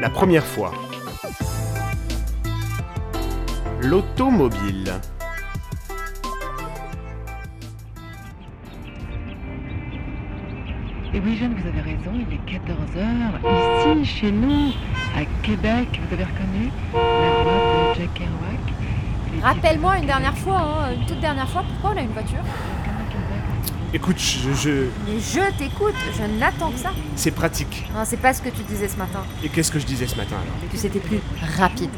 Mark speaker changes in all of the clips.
Speaker 1: La première fois. L'automobile.
Speaker 2: Et oui, Jeanne, vous avez raison, il est 14h. Ici, chez nous, à Québec, vous avez reconnu la voix de Jack Kerouac. Les
Speaker 3: Rappelle-moi une dernière fois, hein, une toute dernière fois, pourquoi on a une voiture
Speaker 2: types de Québec.
Speaker 1: Écoute, je, je-
Speaker 3: Mais je t'écoute, je n'attends que ça.
Speaker 1: c'est pratique.
Speaker 3: Non, c'est pas ce que tu disais ce matin.
Speaker 1: Et qu'est-ce que je disais ce matin alors
Speaker 3: Que c'était plus rapide.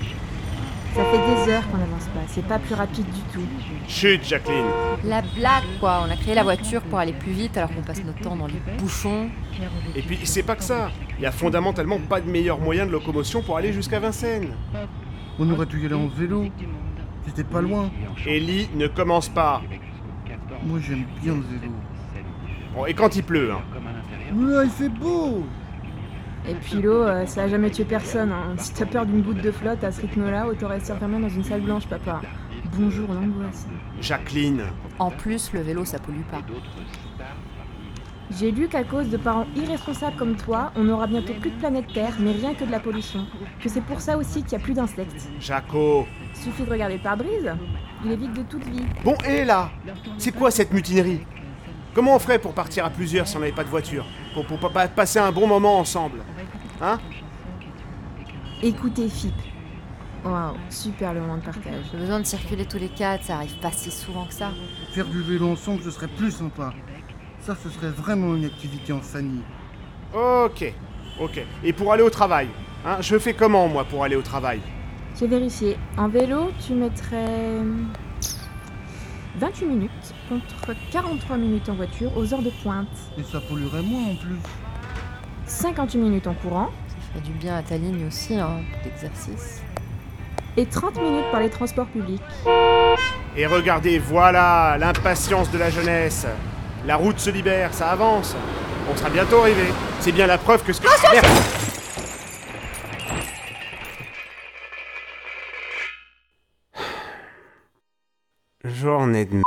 Speaker 4: Ça fait des heures qu'on n'avance pas, c'est pas plus rapide du tout.
Speaker 1: Chut, Jacqueline.
Speaker 3: La blague, quoi. On a créé la voiture pour aller plus vite alors qu'on passe notre temps dans les bouchons.
Speaker 1: Et puis, c'est pas que ça. Il n'y a fondamentalement pas de meilleur moyen de locomotion pour aller jusqu'à Vincennes.
Speaker 5: On aurait dû y aller en vélo. C'était pas loin.
Speaker 1: Ellie ne commence pas.
Speaker 5: Moi j'aime bien le vélo.
Speaker 1: Bon, et quand il pleut, hein
Speaker 5: Ouais, il fait beau
Speaker 4: Et puis l'eau, euh, ça a jamais tué personne. hein. Si t'as peur d'une goutte de flotte à ce rythme-là, autant rester certainement dans une salle blanche, papa. Bonjour l'angoisse.
Speaker 1: Jacqueline.
Speaker 3: En plus, le vélo, ça pollue pas.
Speaker 4: Euh, J'ai lu qu'à cause de parents irresponsables comme toi, on aura bientôt plus de planète Terre, mais rien que de la pollution. Que c'est pour ça aussi qu'il y a plus d'insectes.
Speaker 1: Jaco.
Speaker 4: Suffit de regarder le pare-brise, il évite de toute vie.
Speaker 1: Bon, et là C'est quoi cette mutinerie Comment on ferait pour partir à plusieurs si on n'avait pas de voiture Pour, pour pas- pas passer un bon moment ensemble Hein
Speaker 4: Écoutez FIP. Waouh, super le moment de partage.
Speaker 3: J'ai besoin de circuler tous les quatre, ça arrive pas si souvent que ça.
Speaker 5: Faire du vélo ensemble, ce serait plus sympa. Ça, ce serait vraiment une activité en famille.
Speaker 1: Ok, ok. Et pour aller au travail hein, Je fais comment, moi, pour aller au travail
Speaker 4: J'ai vérifié. En vélo, tu mettrais 28 minutes contre 43 minutes en voiture aux heures de pointe.
Speaker 5: Et ça polluerait moins en plus.
Speaker 4: 58 minutes en courant
Speaker 3: Ça fait du bien à ta ligne aussi, hein, d'exercice.
Speaker 4: et 30 minutes par les transports publics.
Speaker 1: Et regardez, voilà l'impatience de la jeunesse. La route se libère, ça avance. On sera bientôt arrivé. C'est bien la preuve que ce que... Merde Journée de m...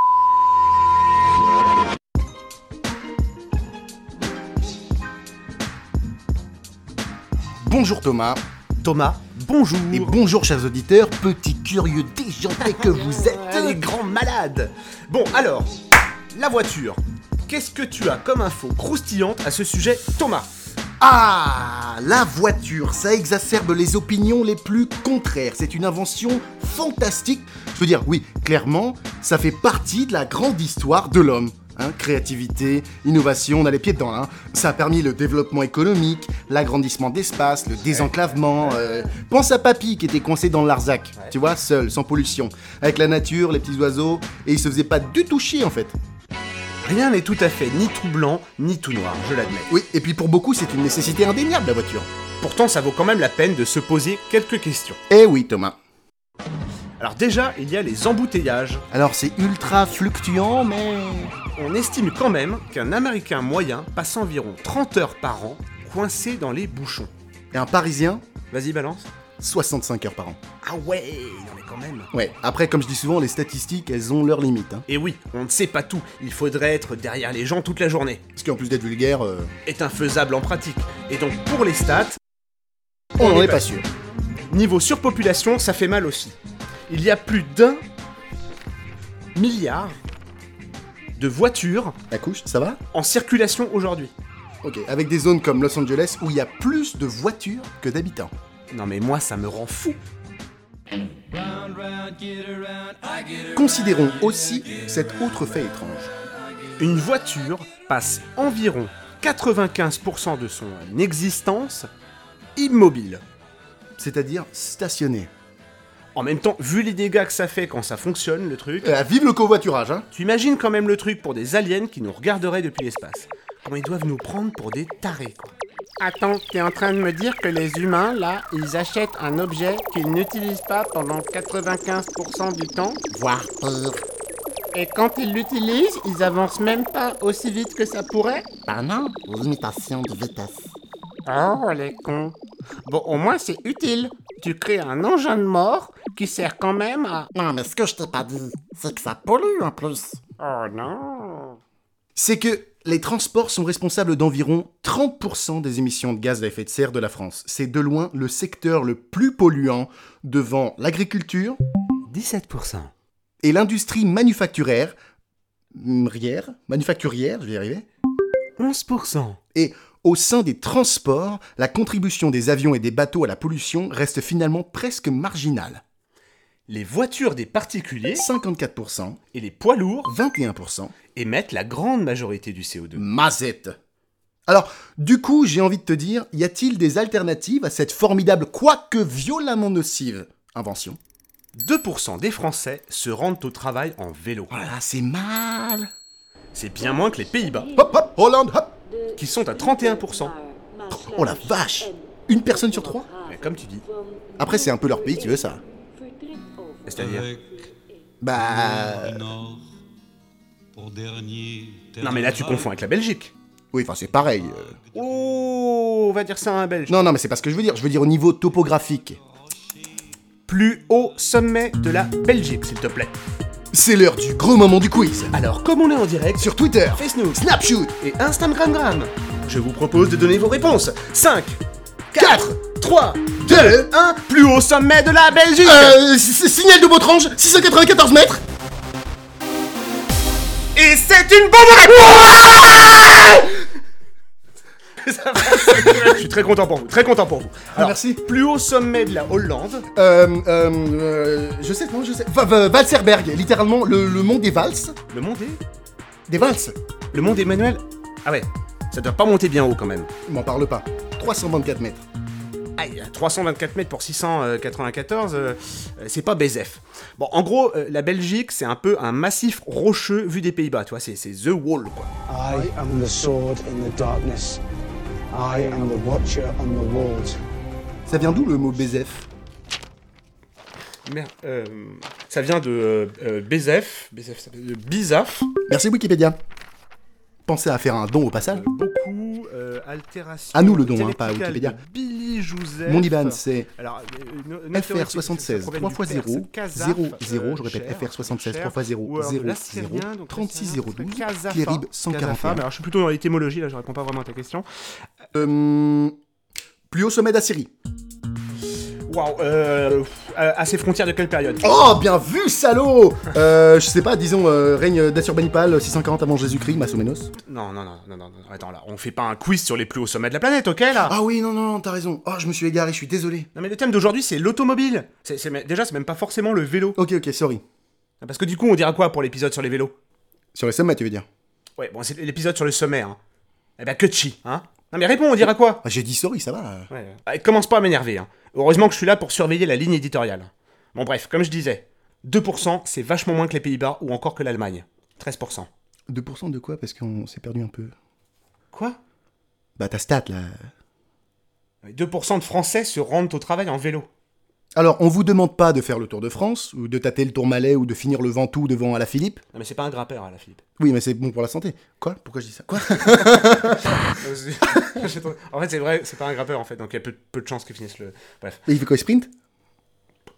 Speaker 6: Bonjour Thomas.
Speaker 7: Thomas, bonjour.
Speaker 6: Et bonjour chers auditeurs, petits curieux déjantés que vous êtes.
Speaker 7: les grands malades. Bon, alors, la voiture. Qu'est-ce que tu as comme info croustillante à ce sujet, Thomas
Speaker 6: Ah, la voiture, ça exacerbe les opinions les plus contraires. C'est une invention fantastique. Je veux dire, oui, clairement, ça fait partie de la grande histoire de l'homme. Hein, créativité, innovation, on a les pieds dedans. Hein. Ça a permis le développement économique, l'agrandissement d'espace, le désenclavement. euh, Pense à Papy qui était coincé dans le Larzac, tu vois, seul, sans pollution, avec la nature, les petits oiseaux, et il se faisait pas du tout chier en fait.
Speaker 7: Rien n'est tout à fait ni tout blanc, ni tout noir, je l'admets.
Speaker 6: Oui, et puis pour beaucoup, c'est une nécessité indéniable la voiture.
Speaker 7: Pourtant, ça vaut quand même la peine de se poser quelques questions.
Speaker 6: Eh oui, Thomas.
Speaker 7: Alors déjà, il y a les embouteillages.
Speaker 6: Alors c'est ultra fluctuant, mais...
Speaker 7: On estime quand même qu'un Américain moyen passe environ 30 heures par an coincé dans les bouchons.
Speaker 6: Et un Parisien,
Speaker 7: Vas-y, balance.
Speaker 6: 65 heures par an.
Speaker 7: Ah ouais, non mais quand même.
Speaker 6: Ouais, après, comme je dis souvent, les statistiques, elles ont leurs limites. Hein.
Speaker 7: Et oui, on ne sait pas tout. Il faudrait être derrière les gens toute la journée.
Speaker 6: Parce qu'en plus d'être vulgaire, euh,
Speaker 7: est infaisable en pratique. Et donc pour les stats,
Speaker 6: on n'en
Speaker 7: est
Speaker 6: est
Speaker 7: pas
Speaker 6: pas sûr.
Speaker 7: niveau surpopulation, ça fait mal aussi. Il y a plus d'un milliard de voitures
Speaker 6: La couche, ça va
Speaker 7: en circulation aujourd'hui.
Speaker 6: Ok, avec des zones comme Los Angeles où il y a plus de voitures que d'habitants.
Speaker 7: Non mais moi ça me rend fou.
Speaker 6: Considérons aussi cet autre fait étrange.
Speaker 7: Une voiture passe environ 95% de son existence immobile.
Speaker 6: C'est-à-dire stationner.
Speaker 7: En même temps, vu les dégâts que ça fait quand ça fonctionne le truc,
Speaker 6: Euh, vive le covoiturage, hein
Speaker 7: tu imagines quand même le truc pour des aliens qui nous regarderaient depuis l'espace. Comment ils doivent nous prendre pour des tarés quoi.
Speaker 8: Attends, t'es en train de me dire que les humains, là, ils achètent un objet qu'ils n'utilisent pas pendant 95% du temps
Speaker 6: Voir peur.
Speaker 8: Et quand ils l'utilisent, ils avancent même pas aussi vite que ça pourrait
Speaker 6: Bah non, limitation de vitesse.
Speaker 8: Oh, les cons Bon, au moins c'est utile. Tu crées un engin de mort qui sert quand même à...
Speaker 6: Non, mais ce que je t'ai pas dit, c'est que ça pollue en plus.
Speaker 8: Oh non
Speaker 6: c'est que les transports sont responsables d'environ 30% des émissions de gaz à effet de serre de la France. C'est de loin le secteur le plus polluant devant l'agriculture
Speaker 7: 17%.
Speaker 6: et l'industrie manufacturière. rière- Manufacturière, je vais y arriver.
Speaker 7: 11%.
Speaker 6: Au sein des transports, la contribution des avions et des bateaux à la pollution reste finalement presque marginale.
Speaker 7: Les voitures des particuliers
Speaker 6: 54%,
Speaker 7: et les poids lourds
Speaker 6: 21%,
Speaker 7: émettent la grande majorité du CO2.
Speaker 6: mazette. Alors, du coup, j'ai envie de te dire, y a-t-il des alternatives à cette formidable, quoique violemment nocive, invention
Speaker 7: 2% des Français se rendent au travail en vélo.
Speaker 6: Oh là là, c'est mal
Speaker 7: C'est bien moins que les Pays-Bas,
Speaker 6: Hop hop, Hollande, hop
Speaker 7: qui sont à 31%.
Speaker 6: Oh la vache Une personne sur trois
Speaker 7: Mais comme tu dis,
Speaker 6: Après, c'est un peu leur pays, tu veux ça
Speaker 7: c'est-à-dire...
Speaker 6: Bah...
Speaker 7: Non mais là tu confonds avec la Belgique.
Speaker 6: Oui, enfin, c'est pareil. euh.
Speaker 7: Oh, on va dire ça à un Belge.
Speaker 6: Non, non, mais c'est pas ce que je veux dire, je veux dire au niveau topographique.
Speaker 7: Plus haut sommet de la Belgique, s'il te plaît.
Speaker 6: C'est l'heure du gros moment du quiz
Speaker 7: Alors, comme on est en direct sur
Speaker 6: Sur Twitter,
Speaker 7: Facebook
Speaker 6: Snapshoot
Speaker 7: et Instagram, je vous propose de donner vos réponses. 5, 4, 3,
Speaker 6: 2
Speaker 7: 1, plus haut sommet de la Belgique
Speaker 6: Euh, c- signal de Botrange, 694 mètres
Speaker 7: Et c'est une bonne réponse Ça va, c'est- Je suis très content pour vous, très content pour vous. Alors,
Speaker 6: merci.
Speaker 7: Plus haut sommet de la Hollande,
Speaker 6: Euh, euh, euh, je sais, non, je sais. Va- va- Valserberg, littéralement le, le mont des valses.
Speaker 7: le mont des...
Speaker 6: Des valses
Speaker 7: Le mont d'Emmanuel Ah ouais, ça doit pas monter bien haut quand même. Ah,
Speaker 6: M'en parle pas. 324 mètres.
Speaker 7: Aïe, 324 mètres pour 694, euh, euh, c'est pas Bézef. Bon, en gros, euh, la Belgique, c'est un peu un massif rocheux vu des Pays-Bas, tu vois, c'est c'est The Wall, quoi.
Speaker 9: I am the sword in the darkness. I am the watcher on the walls.
Speaker 6: Ça vient d'où le mot Bézef
Speaker 7: Merde, euh, ça vient de euh, euh, Bézef, Bézef, ça de Bizaf.
Speaker 6: Merci Wikipédia. Pensez à faire un don au passage.
Speaker 7: Beaucoup, euh, altération...
Speaker 6: À nous le don, hein, pas à
Speaker 7: dialecticale
Speaker 6: Wikipédia.
Speaker 7: de Billy Joseph.
Speaker 6: Mon Iban, c'est
Speaker 7: Alors, euh, une- une théorie
Speaker 6: FR76
Speaker 7: qui provient
Speaker 6: 3
Speaker 7: du
Speaker 6: x 0,
Speaker 7: perse,
Speaker 6: 0,
Speaker 7: Kazaf,
Speaker 6: 0, je
Speaker 7: euh,
Speaker 6: répète,
Speaker 7: Cher,
Speaker 6: FR76 3
Speaker 7: Cher,
Speaker 6: x 0,
Speaker 7: ou alors
Speaker 6: 0,
Speaker 7: de
Speaker 6: 0,
Speaker 7: l'Assyrien, donc
Speaker 6: 36,
Speaker 7: l'Assyrien,
Speaker 6: 0,
Speaker 7: c'est
Speaker 6: 12,
Speaker 7: Kazafa,
Speaker 6: Clérib
Speaker 7: Kazafa,
Speaker 6: 141.
Speaker 7: hein, mais alors, je suis plutôt dans l'étymologie, là, je réponds pas vraiment à ta question.
Speaker 6: Euh, plus haut sommet d'Assyrie.
Speaker 7: Waouh, euh, pff, euh, à ses frontières de quelle période
Speaker 6: Oh, bien vu, salaud euh, Je sais pas, disons, euh, règne d'Assurbanipal, 640 avant Jésus-Christ, Massoménos.
Speaker 7: Non, non, non, non, non, non, attends là, on fait pas un quiz sur les plus hauts sommets de la planète, ok là
Speaker 6: Ah oui, non, non, non, t'as raison. Oh, je me suis égaré, je suis désolé.
Speaker 7: Non mais le thème d'aujourd'hui c'est l'automobile C'est- c'est- mais Déjà c'est même pas forcément le vélo.
Speaker 6: Ok, ok, sorry.
Speaker 7: Parce que du coup on dira quoi pour l'épisode sur les vélos
Speaker 6: Sur les sommets, tu veux dire
Speaker 7: Ouais, bon c'est l'épisode sur le sommet, hein. Eh ben que chi, hein Non mais réponds, on dira quoi
Speaker 6: ah, J'ai dit sorry, ça va. euh.
Speaker 7: Ouais, euh, commence pas à m'énerver, hein. Heureusement que je suis là pour surveiller la ligne éditoriale. Bon bref, comme je disais, 2% c'est vachement moins que les Pays-Bas ou encore que l'Allemagne. 13%.
Speaker 6: 2% de quoi Parce qu'on s'est perdu un peu.
Speaker 7: Quoi
Speaker 6: Bah, ta stat, là.
Speaker 7: 2% de Français se rendent au travail en vélo.
Speaker 6: Alors, on vous demande pas de faire le Tour de France, ou de tâter le Tourmalet, ou de finir le Ventoux devant Alaphilippe.
Speaker 7: Non mais c'est pas un grappeur, à la Philippe.
Speaker 6: Oui, mais c'est bon pour la santé. Quoi Pourquoi je dis ça Quoi
Speaker 7: J'ai trop- en fait, c'est vrai, c'est pas un grappeur en fait, donc il y a peu, peu de chances qu'il finisse le. Bref,
Speaker 6: Mais il fait quoi Il sprint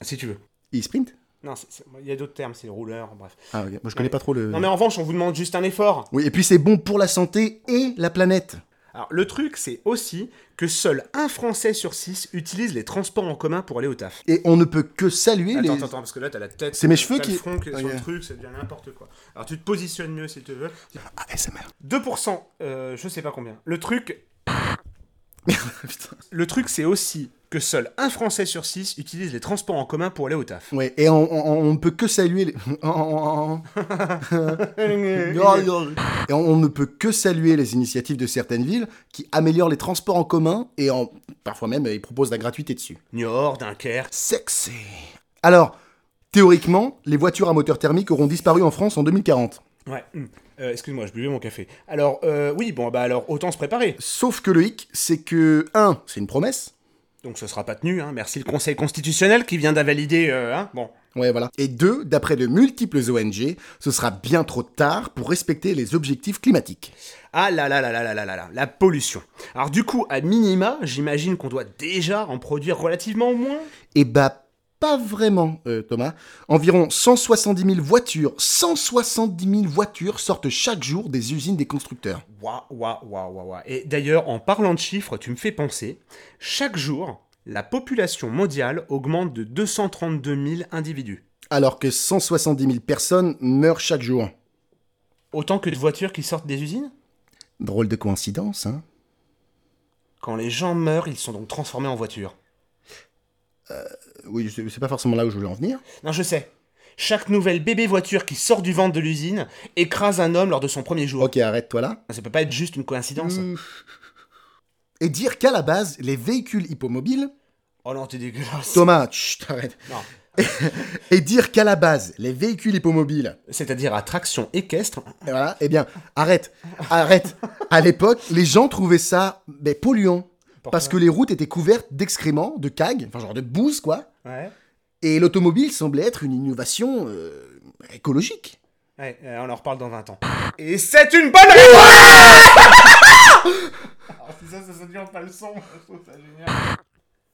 Speaker 7: si tu veux.
Speaker 6: Il sprint
Speaker 7: Non, c'est- c'est- il y a d'autres termes, c'est rouleur, bref.
Speaker 6: Ah, ok. Moi, je connais pas trop le...
Speaker 7: Non, mais en revanche, on vous demande juste un effort.
Speaker 6: Oui, et puis c'est bon pour la santé et la planète.
Speaker 7: Alors, le truc, c'est aussi que seul un Français sur six utilise les transports en commun pour aller au taf.
Speaker 6: Et on ne peut que saluer
Speaker 7: Attends,
Speaker 6: les...
Speaker 7: attends, attends, parce que là, t'as la tête.
Speaker 6: C'est mes
Speaker 7: t'as
Speaker 6: cheveux
Speaker 7: le
Speaker 6: qui-
Speaker 7: front est sur le
Speaker 6: Ok.
Speaker 7: truc, ça devient n'importe quoi. Alors, tu te positionnes mieux si tu veux.
Speaker 6: Ah, SMR.
Speaker 7: 2%, euh, je sais pas combien. Le truc, Ah,
Speaker 6: Putain.
Speaker 7: le truc, c'est aussi que seul un Français sur six utilise les transports en commun pour aller au taf.
Speaker 6: Ouais, et on, on- on ne peut que saluer les... Oh, oh, oh,
Speaker 7: Euh,
Speaker 6: oh. et on, on ne peut que saluer les initiatives de certaines villes qui améliorent les transports en commun et en... parfois même, ils proposent la gratuité dessus.
Speaker 7: Niort, Dunkerque.
Speaker 6: Sexy. Alors, théoriquement, les voitures à moteur thermique auront disparu en France en 2040.
Speaker 7: Ouais. hmm. Euh, Excuse-moi, je buvais mon café. Alors, euh, oui, bon, bah alors, autant se préparer.
Speaker 6: Sauf que le hic, c'est que, un, c'est une promesse.
Speaker 7: Donc, ce sera pas tenu, hein. Merci le Conseil constitutionnel qui vient d'invalider, euh, hein. Bon.
Speaker 6: Ouais, voilà. Et deux, d'après de multiples ONG, ce sera bien trop tard pour respecter les objectifs climatiques.
Speaker 7: Ah là là là là là là là là, la pollution. Alors, du coup, à minima, j'imagine qu'on doit déjà en produire relativement moins.
Speaker 6: Eh bah, Pas vraiment, euh, Thomas. Environ 170 000 voitures, 170 000 voitures sortent chaque jour des usines des constructeurs.
Speaker 7: Waouh, waouh, waouh, waouh. waouh. Et d'ailleurs, en parlant de chiffres, tu me fais penser, chaque jour, la population mondiale augmente de 232 000 individus.
Speaker 6: Alors que 170 000 personnes meurent chaque jour.
Speaker 7: Autant que de voitures qui sortent des usines
Speaker 6: Drôle de coïncidence, hein
Speaker 7: Quand les gens meurent, ils sont donc transformés en voitures.
Speaker 6: Oui, c'est c'est pas forcément là où je voulais en venir.
Speaker 7: Non, je sais. Chaque nouvelle bébé voiture qui sort du ventre de l'usine écrase un homme lors de son premier jour.
Speaker 6: Ok, Mm. arrête-toi là.
Speaker 7: Ça peut pas être juste une coïncidence.
Speaker 6: Et dire qu'à la base, les véhicules hippomobiles...
Speaker 7: Oh non, t'es dégueulasse.
Speaker 6: Thomas, chut, t'arrêtes.
Speaker 7: Non.
Speaker 6: Et dire qu'à la base, les véhicules hippomobiles
Speaker 7: C'est-à-dire à traction équestre.
Speaker 6: Et Voilà, eh bien, arrête, arrête. À l'époque, les gens trouvaient ça ben, polluant. Parce que les routes étaient couvertes d'excréments, de cagues, enfin genre de bouse, quoi.
Speaker 7: Ouais.
Speaker 6: Et l'automobile semblait être une innovation euh, écologique.
Speaker 7: Ouais, euh, on en reparle dans 20 ans. Et c'est une bonne réponse Alors, si ça, ça, ça dure pas le son. Je trouve ça génial.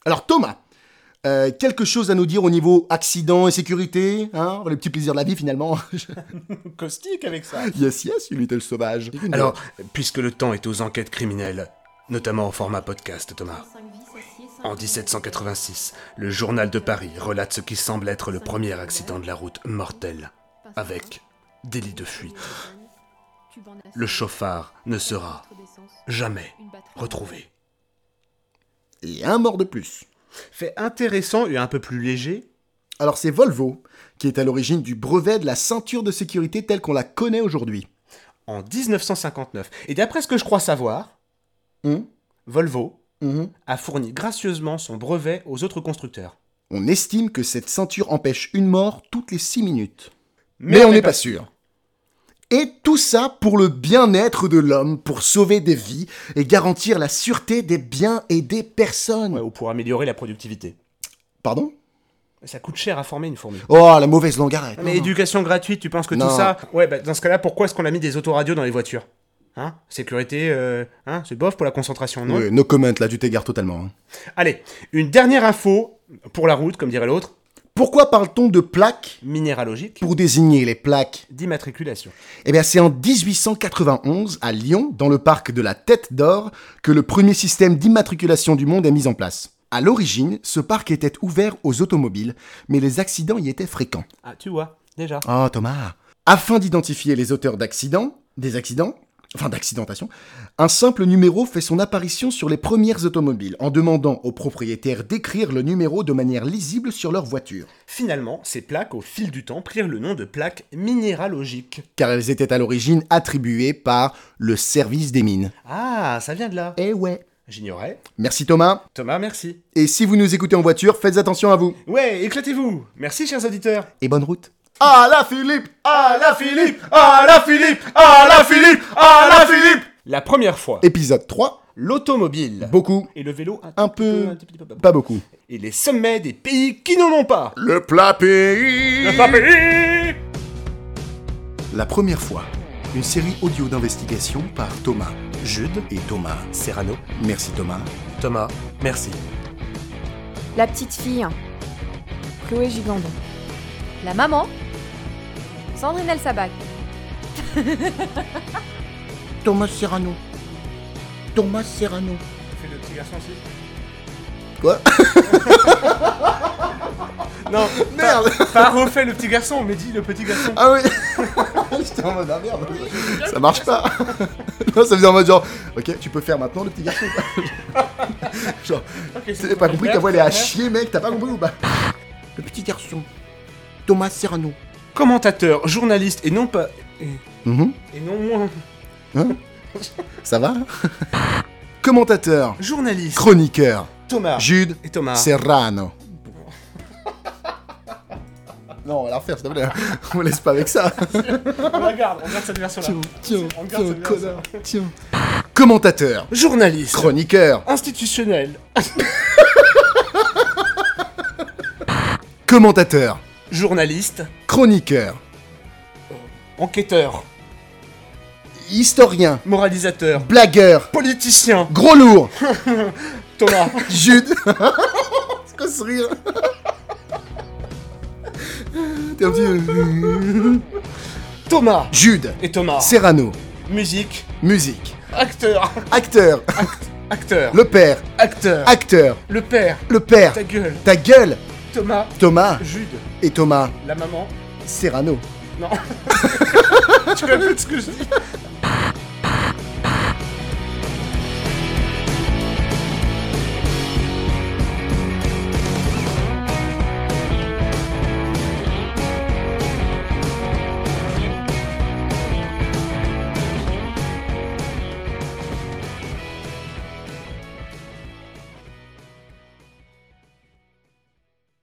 Speaker 6: Alors Thomas, euh, quelque chose à nous dire au niveau accident et sécurité hein Les petits plaisirs de la vie finalement.
Speaker 7: Caustique avec ça.
Speaker 6: yes, yes, il était le sauvage.
Speaker 7: Alors, puisque le temps est aux enquêtes criminelles, notamment en format podcast, Thomas. En 1786, le journal de Paris relate ce qui semble être le premier accident de la route mortel, avec délit de fuite. Le chauffard ne sera jamais retrouvé.
Speaker 6: Et un mort de plus.
Speaker 7: Fait intéressant et un peu plus léger.
Speaker 6: Alors c'est Volvo qui est à l'origine du brevet de la ceinture de sécurité telle qu'on la connaît aujourd'hui.
Speaker 7: En 1959, et d'après ce que je crois savoir, Hmm?
Speaker 6: Hum,
Speaker 7: Volvo
Speaker 6: hum.
Speaker 7: a fourni gracieusement son brevet aux autres constructeurs.
Speaker 6: On estime que cette ceinture empêche une mort toutes les 6 minutes. Mais, on n'est pas sûr. Et tout ça pour le bien-être de l'homme, pour sauver des vies et garantir la sûreté des biens et des personnes.
Speaker 7: Ouais, ou pour améliorer la productivité.
Speaker 6: Pardon
Speaker 7: Ça coûte cher à former une fourmi.
Speaker 6: Oh, la mauvaise langue, arrête.
Speaker 7: Mais éducation gratuite, tu penses que
Speaker 6: Non.
Speaker 7: tout ça. Ouais, bah dans ce cas-là, pourquoi est-ce qu'on a mis des autoradios dans les voitures Hein Sécurité, euh, hein C'est bof pour la concentration, non
Speaker 6: Ouais, no comment, là, tu t'égares totalement. hein.
Speaker 7: Allez, une dernière info, pour la route, comme dirait l'autre,
Speaker 6: Pourquoi parle-t-on de plaques
Speaker 7: minéralogique,
Speaker 6: pour désigner les plaques
Speaker 7: d'immatriculation.
Speaker 6: Eh bien, c'est en 1891, à Lyon, dans le parc de la Tête d'Or, que le premier système d'immatriculation du monde est mis en place. À l'origine, ce parc était ouvert aux automobiles, mais les accidents y étaient fréquents.
Speaker 7: Ah, tu vois, déjà.
Speaker 6: Oh, Thomas Afin d'identifier les auteurs d'accidents, des accidents, enfin d'accidentation, un simple numéro fait son apparition sur les premières automobiles, en demandant aux propriétaires d'écrire le numéro de manière lisible sur leur voiture,
Speaker 7: Finalement, ces plaques, au fil du temps, prirent le nom de plaques minéralogiques.
Speaker 6: car elles étaient à l'origine attribuées par le service des mines.
Speaker 7: Ah, ça vient de là.
Speaker 6: Eh ouais
Speaker 7: J'ignorais.
Speaker 6: Merci Thomas
Speaker 7: Thomas, merci.
Speaker 6: Et si vous nous écoutez en voiture, faites attention à vous.
Speaker 7: Ouais, éclatez-vous. Merci, chers auditeurs.
Speaker 6: Et bonne route.
Speaker 7: Ah la Philippe Ah la Philippe Ah la Philippe Ah la Philippe Ah la Philippe La première fois,
Speaker 6: Épisode 3,
Speaker 7: l'automobile
Speaker 6: beaucoup,
Speaker 7: et le vélo un,
Speaker 6: un
Speaker 7: petit
Speaker 6: peu,
Speaker 7: un petit peu, pas-
Speaker 6: pas beaucoup.
Speaker 7: et les sommets des pays qui n'en ont pas.
Speaker 6: Le plat pays
Speaker 7: pays
Speaker 6: La première fois, une série audio d'investigation par Thomas. Jude et Thomas.
Speaker 7: Serrano,
Speaker 6: Merci Thomas.
Speaker 7: Thomas, merci.
Speaker 3: La petite fille. Chloé Gigandon. La maman. Sandrine El Sabac.
Speaker 6: Thomas Serrano. Thomas Serrano.
Speaker 7: Fais le petit garçon aussi.
Speaker 6: Quoi
Speaker 7: Non,
Speaker 6: Merde
Speaker 7: pas refait ah, le petit garçon, mais dis le petit garçon.
Speaker 6: Ah oui J'étais en mode ah merde Ça marche pas Non, ça faisait en mode genre, ok, tu peux faire maintenant le petit garçon. genre, T'as pas compris, ta voix elle est à chier, mec, t'as pas compris ou pas Le petit garçon, Thomas Serrano.
Speaker 7: Commentateur, journaliste et non pas et, et non moins
Speaker 6: Mm-hmm. Ça va Commentateur,
Speaker 7: journaliste.
Speaker 6: chroniqueur,
Speaker 7: Thomas
Speaker 6: Jude
Speaker 7: et Thomas.
Speaker 6: Serrano. Non, on va la refaire, s'il te plaît. On me laisse pas avec ça.
Speaker 7: On la garde, on garde cette version-là.
Speaker 6: Tiens, tiens,
Speaker 7: On garde
Speaker 6: tiens,
Speaker 7: ce
Speaker 6: connard, tiens. Commentateur,
Speaker 7: Journaliste.
Speaker 6: chroniqueur,
Speaker 7: Institutionnel.
Speaker 6: commentateur,
Speaker 7: Journaliste.
Speaker 6: chroniqueur,
Speaker 7: Enquêteur.
Speaker 6: historien,
Speaker 7: Moralisateur.
Speaker 6: blagueur,
Speaker 7: Politicien.
Speaker 6: gros lourd,
Speaker 7: Thomas.
Speaker 6: Jude. C'est quoi ce rire T'es un petit-
Speaker 7: Thomas
Speaker 6: Jude
Speaker 7: Et Thomas
Speaker 6: Serrano,
Speaker 7: Musique
Speaker 6: musique.
Speaker 7: Acteur
Speaker 6: Acteur,
Speaker 7: Acteur
Speaker 6: le père,
Speaker 7: Acteur
Speaker 6: acteur,
Speaker 7: Le père
Speaker 6: le père,
Speaker 7: Ta gueule
Speaker 6: ta gueule,
Speaker 7: Thomas
Speaker 6: Thomas
Speaker 7: Jude
Speaker 6: et Thomas
Speaker 7: La maman
Speaker 6: Serrano.
Speaker 7: Non Tu répètes ce que je dis